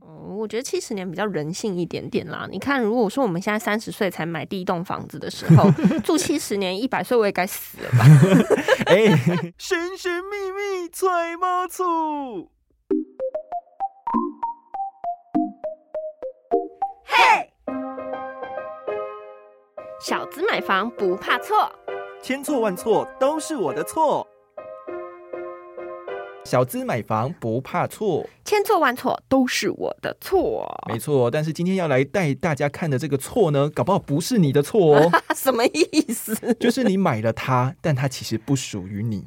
嗯我觉得七十年比较人性一点点啦。你看，如果说我们现在三十岁才买第一栋房子的时候，住七十年，一百岁我也该死了吧？ 哎、 神神秘秘揣猫醋。小资买房不怕错，千错万错都是我的错。小资买房不 怕错，千错万错都是我的错。 没错。但是今天要来带大家看的这个错呢，搞不好不是你的错哦， 什么意思？就是你买了它，但它其实不属于你。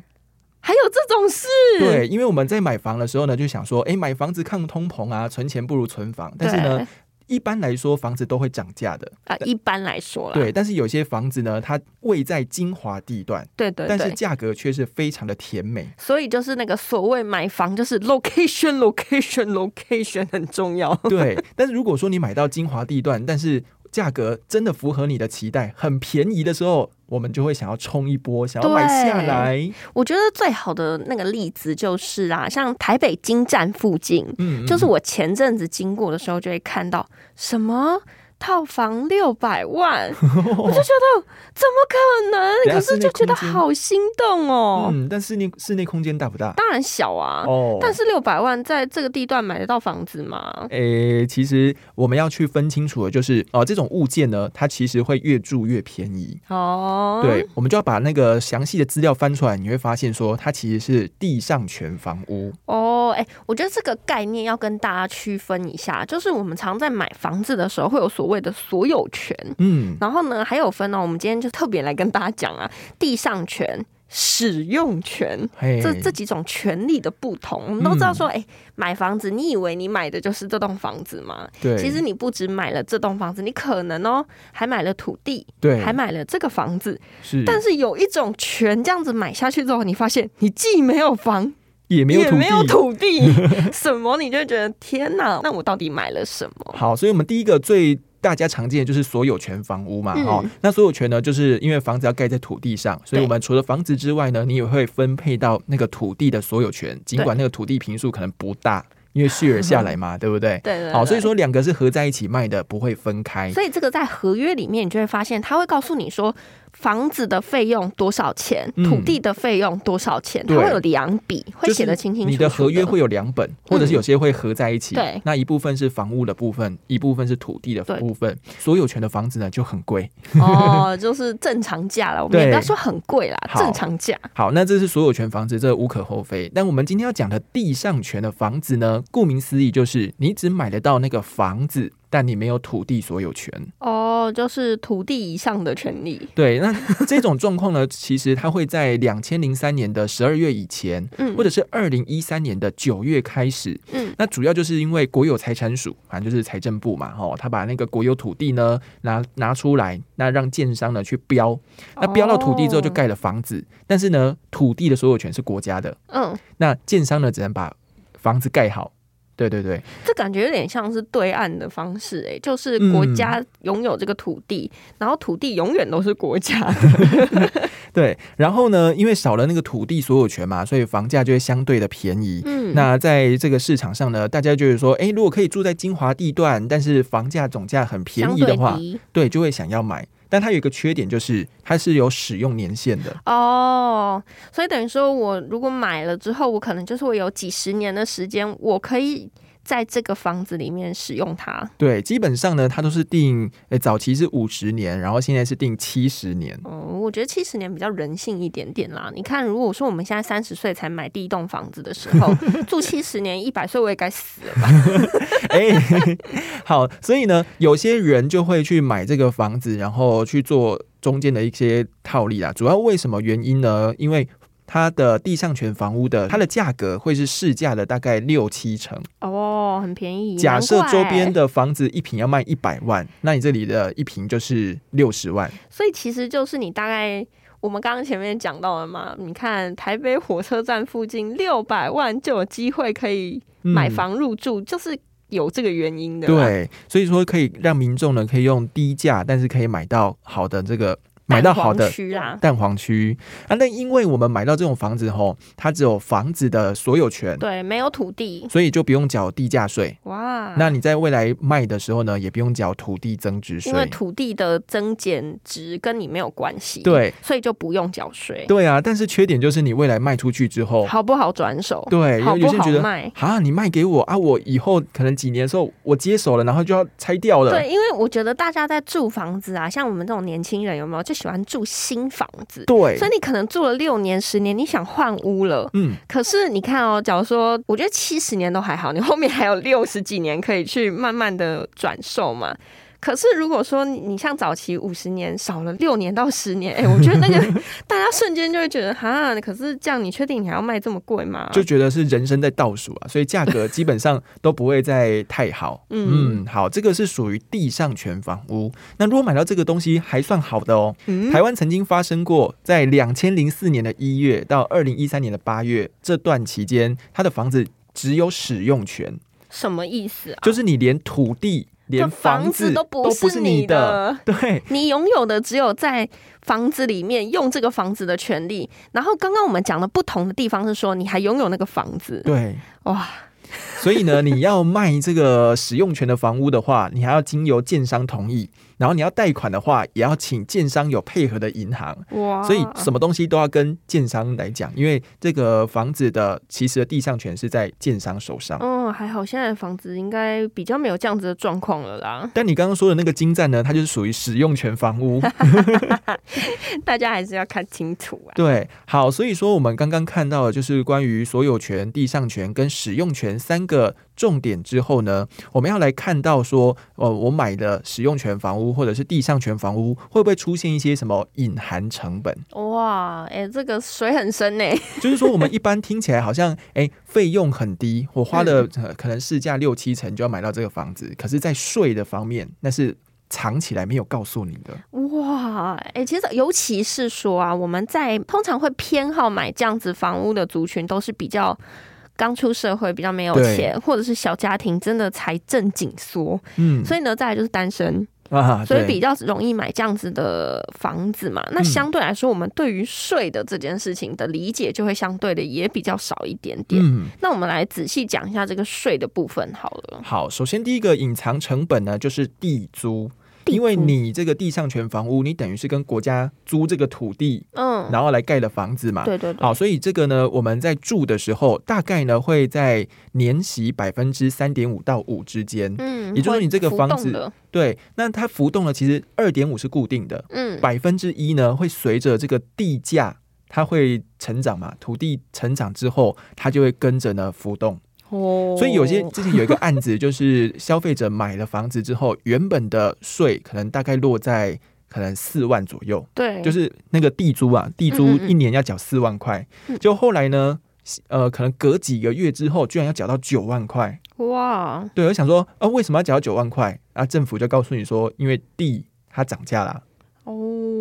还有这种事？对，因为我们在买房的时候呢，就想说，哎，买房子抗通膨啊，存钱不如存房。但是呢对，一般来说房子都会涨价的。啊、一般来说啦，对，但是有些房子呢，它位在精华地段，对对但对是价格却是非常的甜美。 所以就是那个所谓买房，就是 location location location 很重要。 对，但是如果说你买到精华地段，但是价格真的符合你的期待，很便宜的时候，我们就会想要冲一波，想要买下来。我觉得最好的那个例子就是啊，像台北金站附近，嗯，就是嗯我前阵子经过的时候就会看到什么。套房六百 万，我就觉得怎么可能？等下可是就觉得室内空间好心动哦。嗯，但室内室内空间大不大？当然小啊，哦，但是六百万在这个地段买得到房子吗？诶、其实我们要去分清楚的就是，哦、这种物件呢，它其实会越住越便宜。哦，对，我们就要把那个详细的资料翻出来，你会发现说，它其实是地上权房屋。哦，哎、我觉得这个概念要跟大家区分一下，就是我们常在买房子的时候会有所谓的所有权，嗯，然后呢还有分呢、哦我们今天就特别来跟大家讲啊，地上权、使用权。嘿，这这几种权利的不同，我们都知嗯道说，哎、买房子，你以为你买的就是这栋房子吗？对，其实你不止买了这栋房子，你可能哦还买了土地，对，还买了这个房子。是，但是有一种权，这样子买下去之后，你发现你既没有房，也没有也土没有地。土 地，什么你就觉得天哪，那我到底买了什么？好，所以我们第一个最大家常见的就是所有权房屋嘛，嗯哦，那所有权呢，就是因为房子要盖在土地上，所以对我们除了房子之外呢，你也会分配到那个土地的所有权，尽管那个土地平数可能不大，因为 share 下来 嘛，对不对？对对对好，所以说两个是合在一起卖的，不会分开。所以这个在合约里面，你就会发现他会告诉你说，房子的费用多少钱，嗯土地的费用多少钱，它对会有两笔，会就是写的清清楚楚。你的合约会有 两本，或者是有些会合在一起。对那一部分是房屋的部分，一部分是土地的对部分。所有权的房子呢就很贵。哦，就是正常价了，我们对也不要说很贵啦，好正常价。好，那这是所有权房子，这无可厚非。但我们今天要讲的地上权的房子呢，顾名思义就是你只买得到那个房子，但你没有土地所有权。哦，就是土地以上的权利。对，那这种状况呢，其实它会在两千零三年的十二月以前，嗯或者是二零一三年的九月开始。嗯，那主要就是因为国有财产署，反正就是财政部嘛，哦，他把那个国有土地呢拿拿出来，那让建商呢去标，那标到土地之后就盖了房子，但是呢，土地的所有权是国家的，嗯，那建商呢，只能把房子盖好。对对对，这感觉有点像是对岸的方式、哎，就是嗯国家拥有这个土地，然后土地永远都是国家的。对。然后呢，因为少了那个土地所有权嘛，所以房价就会相对的便宜。嗯那在这个市场上呢，大家就是说，诶，如果可以住在精华地段，但是房价总价很便宜的话相对，低对，就会想要买。但它有一个缺点，就是它是有使用年限的。哦，所以等于说我如果买了之后，我可能就是会有几十年的时间，我可以在这个房子里面使用它。对，基本上呢，它都是定，诶，早期是五十年，然后现在是定七十年。嗯，我觉得七十年比较人性一点点啦。你看，如果说我们现在三十岁才买第一栋房子的时 候，住七十年，一百岁我也该死了吧？哎、好，所以呢，有些人就会去买这个房子，然后去做中间的一些套利啦。主要为什么原因呢？因为它的地上权房屋的它的价格会是市价的大概六七成。哦，很便宜。假难设周怪边的房子一平要卖一百万，那你这里的一平就是六十万。嗯所以其实就是你大概我们刚刚前面讲到了嘛，你看台北火车站附近六百万就有机会可以嗯买房入住，就是有这个原因的。，对，所以说可以让民众呢可以用低价，但是可以买到好的这个。买到蛋好黄的区啦，蛋黄区啊。那因为我们买到这种房子吼，它只有房子的所有权，对，没有土地，所以就不用缴地价税。哇，那你在未来卖的时候呢，也不用缴土地增值因为税。土地的增减值跟你没有关系，，对所以就不用缴税，对啊，但是缺点就是你未来卖出去之后，好不好转手？对，好有有不些人好觉得卖？啊，你卖给我啊，我以后可能几年的时候我接手了，然后就要拆掉了。对，因为我觉得大家在住房子啊，像我们这种年轻人，有没有就喜欢住新房子？对所以你可能住了六年、十年，你想换屋了。嗯，可是你看哦，假如说，我觉得七十年都还好，你后面还有六十几年可以去慢慢的转售嘛。可是如果说你你像早期五十年少了六年到十年，哎、我觉得 那个大家瞬间就会觉得哈，可是这样你确定你还要卖这么贵吗？就觉得是人生在倒数啊，所以价格基本上都不会再太好。嗯嗯，好，这个是属于地上权房屋。那如果买到这个东西还算好的哦。嗯台湾曾经发生过，在两千零四年的一月到二零一三年的八月这段期间，它的房子只有使用权，什么意思啊？就是你连土地、连这房子都不是你的。的。对，你拥有的只有在房子里面用这个房子的权利，然后刚刚我们讲的不同的地方是说，你还拥有那个房子，对，哇，所以呢，你要卖这个使用权的房屋的话，你还要经由建商同意，然后你要贷款的话，也要请建商有配合的银行。哇，所以什么东西都要跟建商来讲，因为这个房子的其实的地上权是在建商手上。嗯，还好现在的房子应该比较没有这样子的状况了啦，但你刚刚说的那个金站呢，它就是属于使用权房屋。大家还是要看清楚啊。对，好，所以说我们刚刚看到的就是关于所有权、地上权跟使用权三个重点之后呢，我们要来看到说，呃，我买的使用权房屋或者是地上权房屋会不会出现一些什么隐含成本？哇，哎、这个水很深呢、就是说，我们一般听起来好像，哎，费用很低，我花了、呃可能市价六七成就要买到这个房子，可是，在税的方面，那是藏起来没有告诉你的。哇，哎、其实尤其是说啊，我们在通常会偏好买这样子房屋的族群，都是比较刚出社会、比较没有对钱，或者是小家庭，真的财政紧缩，嗯，所以呢，再来就是单身，以啊，所以对比较容易买这样子的房子嘛。那嗯相对来说，我们对于税的这件事情的理解，就会相对的也比较少一点点。嗯。那我们来仔细讲一下这个税的部分好了。好，首先第一个隐藏成本呢，就是地租，地因为租你这个地上权房屋，你等于是跟国家租这个土地，嗯，然后来盖的房子嘛。对对对，好，所以这个呢，我们在住的时候，大概呢会在年息百分之三点五到五之间。嗯，也就是说你这个会浮房动子的，对，那它浮动呢，其实二点五是固定的，嗯，百分之一呢会随着这个地价它会成长嘛，土地成长之后，它就会跟着呢浮动。哦所以有些之前有一个案子，就是消费者买了房子之后，原本的税可能大概落在可能四万左右，对，就是那个地租啊，地租嗯嗯嗯一年要缴四万块嗯，就后来呢。呃，可能隔几个月之后，居然要缴到九万块。哇，对，我想说，啊，为什么要缴到九万块？啊，政府就告诉你说，因为地它涨价啦，哦，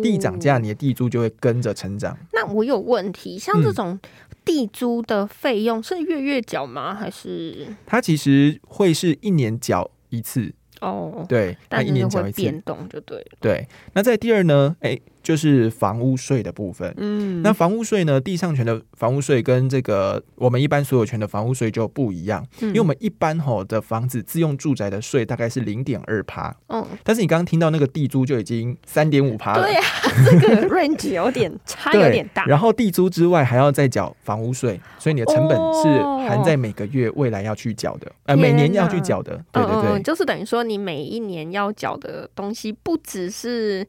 地涨价，。你的地租就会跟着成长。那我有问题，像这嗯种地租的费用是月月缴吗？还是它其实会是一年缴一次，哦？对，它但一是就年缴会一次。变动就对了。对，那在第二呢，哎，就是房屋税的部分。嗯那房屋税呢，地上权的房屋税跟这个我们一般所有权的房屋税就不一样，嗯因为我们一般吼的房子自用住宅的税大概是零点二趴，嗯，但是你刚刚听到那个地租就已经三点五趴了， 对啊，这个 range 有点差，有对点大。然后地租之外还要再缴房屋税，所以你的成本是哦含在每个月未来要去缴的，呃，每年要去缴的，对嗯对嗯，对嗯，就是等于说你每一年要缴的东西不只是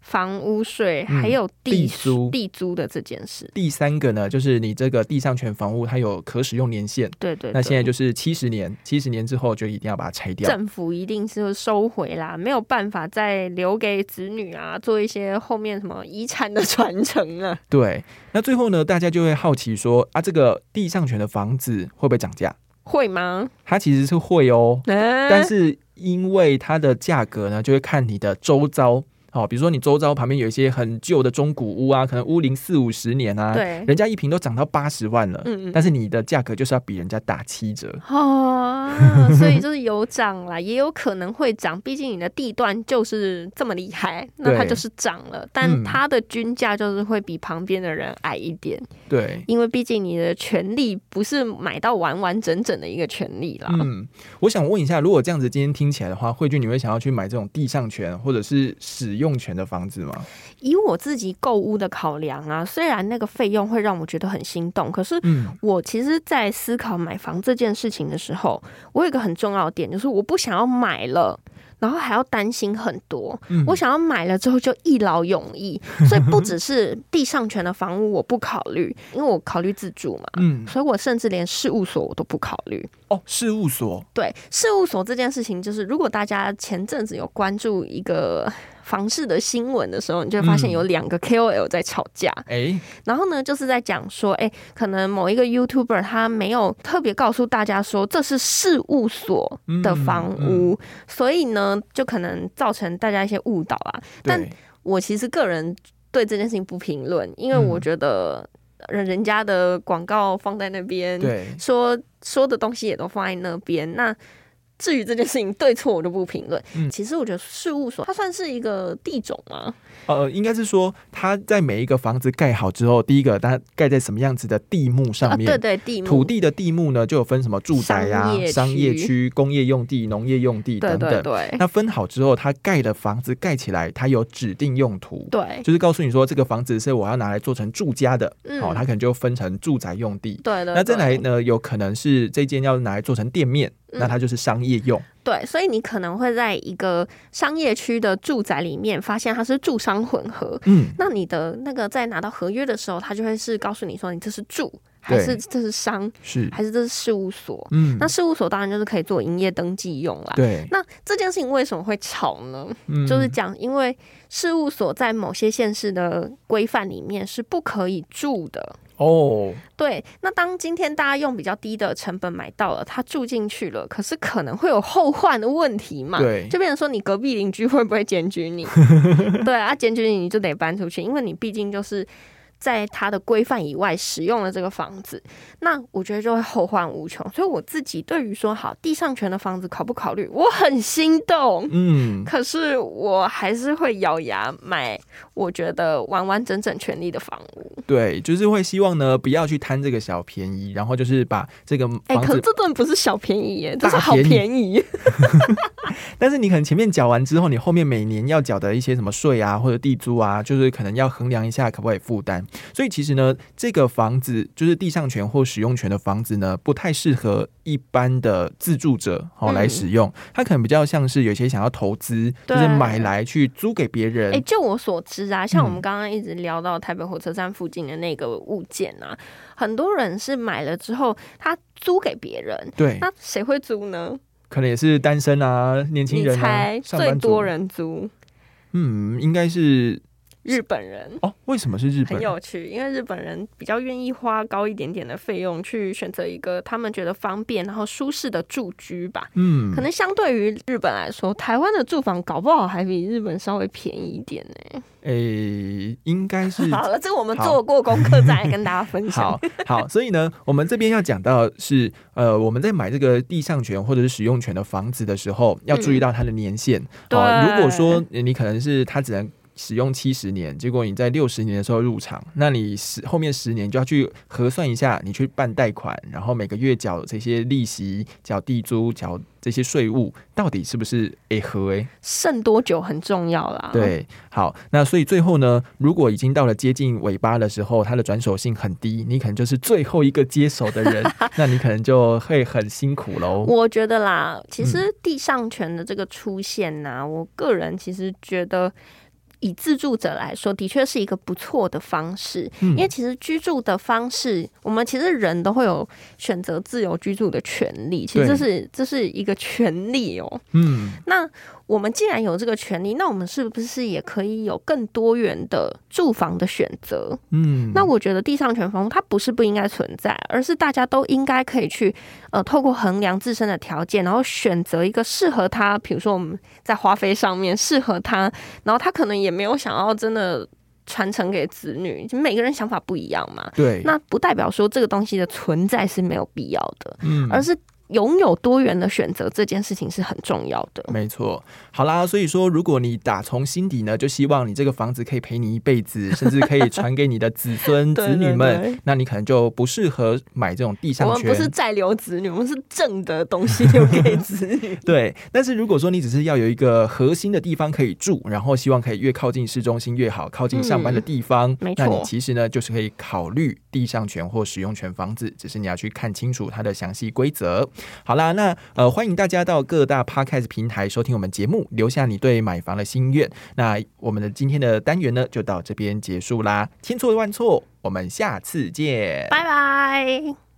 房屋税，嗯还有地税租地租的这件事。第三个呢，就是你这个地上权房屋它有可使用年限。对对那对现在就是七十年，七十年之后就一定要把它拆掉。政府一定是收回啦，没有办法再留给子女啊，做一些后面什么遗产的传承啊了。对，那最后呢，大家就会好奇说啊，这个地上权的房子会 不会涨价？会吗？它其实是会哦，但但是因为它的价格呢，就会看你的周遭好、比如说你周遭旁边有一些很旧的中古屋啊，可能屋龄四五十年啊，对人家一平都涨到八十万了，嗯嗯但是你的价格就是要比人家打七折。 哦，所以就是有涨啦，也有可能会涨，毕竟你的地段就是这么厉害，那它对就是涨了，但它的均价就是会比旁边的人矮一点，对，因为毕竟你的权利不是买到完完整整的一个权利啦。嗯，我想问一下，如果这样子今天听起来的话，慧君你会想要去买这种地上权或者是使用权的房子吗？以我自己购物的考量啊，虽然那个费用会让我觉得很心动，可是嗯，我其实，在思考买房这件事情的时候，我有一个很重要的点，就是我不想要买了，然后还要担心很多。嗯我想要买了之后就一劳永逸，所以不只是地上权的房屋我不考虑，因为我考虑自住嘛，嗯，所以我甚至连事务所我都不考虑。哦，事务所，对事务所这件事情，就是如果大家前阵子有关注一个房市的新闻的时候，你就会发现嗯有两个 KOL 在吵架。哎、然后呢，就是在讲说，哎，可能某一个 YouTuber 他没有特别告诉大家说这是事务所嗯的房屋，所以呢，就可能造成大家一些误导啊。但对，我其实个人对这件事情不评论，因为嗯我觉得人人家的广告放在那边，嗯对，说说的东西也都放在那边。那至于这件事情对错，我就不评论。嗯其实我觉得事务所它算是一个地种嘛，呃，应该是说他在每一个房子盖好之后，第一个它盖在什么样子的地目啊，上面。对对，地土目。地的地目呢，就有分什么住宅呀、商业区商业区、工业用地、农业用地对等对等。对那分好之后，它盖的房子盖起来，它有指定用途，对，就是告诉你说这个房子是我要拿来做成住家的，嗯哦，它可能就分成住宅用地。对对。那再来对呢，有可能是这间要拿来做成店面，嗯那它就是商业用。对，所以你可能会在一个商业区的住宅里面发现它是住商混合。嗯，那你的那个在拿到合约的时候，它就会是告诉你说你这是住还对是这是商 是，还是这是事务所。嗯，那事务所当然就是可以做营业登记用啦。对，那这件事情为什么会吵呢？嗯就是讲，因为事务所在某些县市的规范里面是不可以住的。哦，对，那当今天大家用比较低的成本买到了，他住进去了，可是可能会有后患的问题嘛？对就变成说你隔壁邻居会不会检举 你？对啊，检举你你就得搬出去，因为你毕竟就是在他的规范以外使用了这个房子，那我觉得就会后患无穷。所以我自己对于说好地上权的房子考不考虑，我很心动。嗯，可是我还是会咬牙买，我觉得完完整整权利的房屋。对，就是会希望呢，不要去贪这个小便宜，然后就是把这个哎、房可是子，这顿不是小便宜耶，这大是好便宜便宜。 但是你可能前面缴完之后，你后面每年要缴的一些什么税啊，或者地租啊，就是可能要衡量一下可不可以负担。所以其实呢，这个房子就是地上权或使用权的房子呢，不太适合一般的自住者哦嗯来使用，它可能比较像是有些想要投资，就对是买来去租给别哎、人。就我所知啊，像我嗯们刚刚一直聊到台北火车站附近的那个物件啊，很多人是买了之后他租给别人，对，那谁会租呢？可能也是单身啊，年轻你人啊猜，上最班族多，人租嗯，应该是日本人。哦，为什么是日本很人？有趣，因为日本人比较愿意花高一点点的费用去选择一个他们觉得方便然后舒适的住居吧。嗯，可能相对于日本来说，台湾的住房搞不好还比日本稍微便宜一点呢、诶，应该 是好了，这个我们嗯好做过功课再来跟大家分享。好好，所以呢，我们这边要讲到是，呃，我们在买这个地上权或者是使用权的房子的时候，要注意到它的年限。嗯对哦，如果说呃你可能是它只能。使用七十年，结果你在六十年的时候入场，那你十后面十年就要去核算一下，你去办贷款，然后每个月缴这些利息、缴地租、缴这些税务，到底是不是诶合诶？剩多久很重要啦。，对，好，那所以最后呢，如果已经到了接近尾巴的时候，它的转手性很低，你可能就是最后一个接手的 人，那你可能就会很辛苦喽。我觉得啦，其嗯实地上权的这个出现呐、我个人其实觉得。以自住者来说，的确是一个不错的方式，嗯因为其实居住的方式，我们其实人都会有选择自由居住的权利，其实这是这是一个权利哦、嗯，那我们既然有这个权利，那我们是不是也可以有更多元的住房的选择？嗯，那我觉得地上权房屋它不是不应该存在，而是大家都应该可以去呃，透过衡量自身的条件，然后选择一个适合他，比如说我们在花费上面适合他，然后他可能也没有想要真的传承给子女，就每个人想法不一样嘛。对，那不代表说这个东西的存在是没有必要的，嗯而是拥有多元的选择这件事情是很重要的。没错，好啦，所以说，如果你打从心底呢，就希望你这个房子可以陪你一辈子，甚至可以传给你的子孙 对子女们，对对那你可能就不适合买这种地我上们权。不是再留子女，我们是正的东西留给子女。对，但是如果说你只是要有一个核心的地方可以住，然后希望可以越靠近市中心越好，靠近上班的地方，嗯没那你错其实呢就是可以考虑地上权或使用权房子，只是你要去看清楚它的详细规则。好啦，那呃欢迎大家到各大 podcast 平台收听我们节目，留下你对买房的心愿。那我们的今天的单元呢就到这边结束啦，千错万错，我们下次见，拜拜。